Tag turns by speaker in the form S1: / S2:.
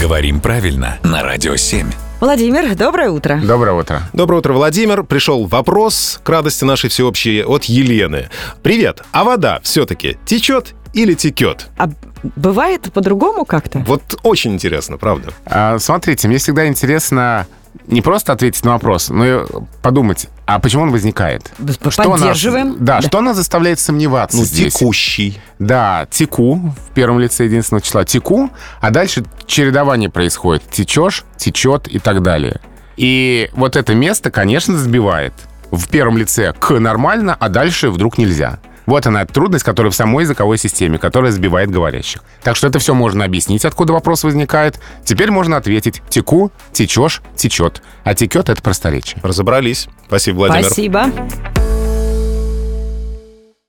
S1: Говорим правильно на Радио 7.
S2: Владимир, доброе утро.
S3: Доброе утро.
S4: Доброе утро, Владимир. Пришел вопрос к радости нашей всеобщей от Елены. Привет, а вода все-таки течет или текет?
S2: А бывает по-другому как-то?
S4: Вот очень интересно, правда.
S3: А, смотрите, мне всегда интересно не просто ответить на вопрос, но и подумать, а почему он возникает?
S2: Поддерживаем.
S3: Нас, да, что нас заставляет сомневаться
S4: Ну,
S3: здесь?
S4: текущий.
S3: Да, теку в первом лице единственного числа теку, а дальше чередование происходит. Течешь, течет и так далее. И вот это место, конечно, сбивает. В первом лице к нормально, а дальше вдруг нельзя. Вот она трудность, которая в самой языковой системе, которая сбивает говорящих. Так что это все можно объяснить, откуда вопрос возникает. Теперь можно ответить теку, течешь, течет. А текет это просторечие.
S4: Разобрались. Спасибо, Владимир.
S2: Спасибо.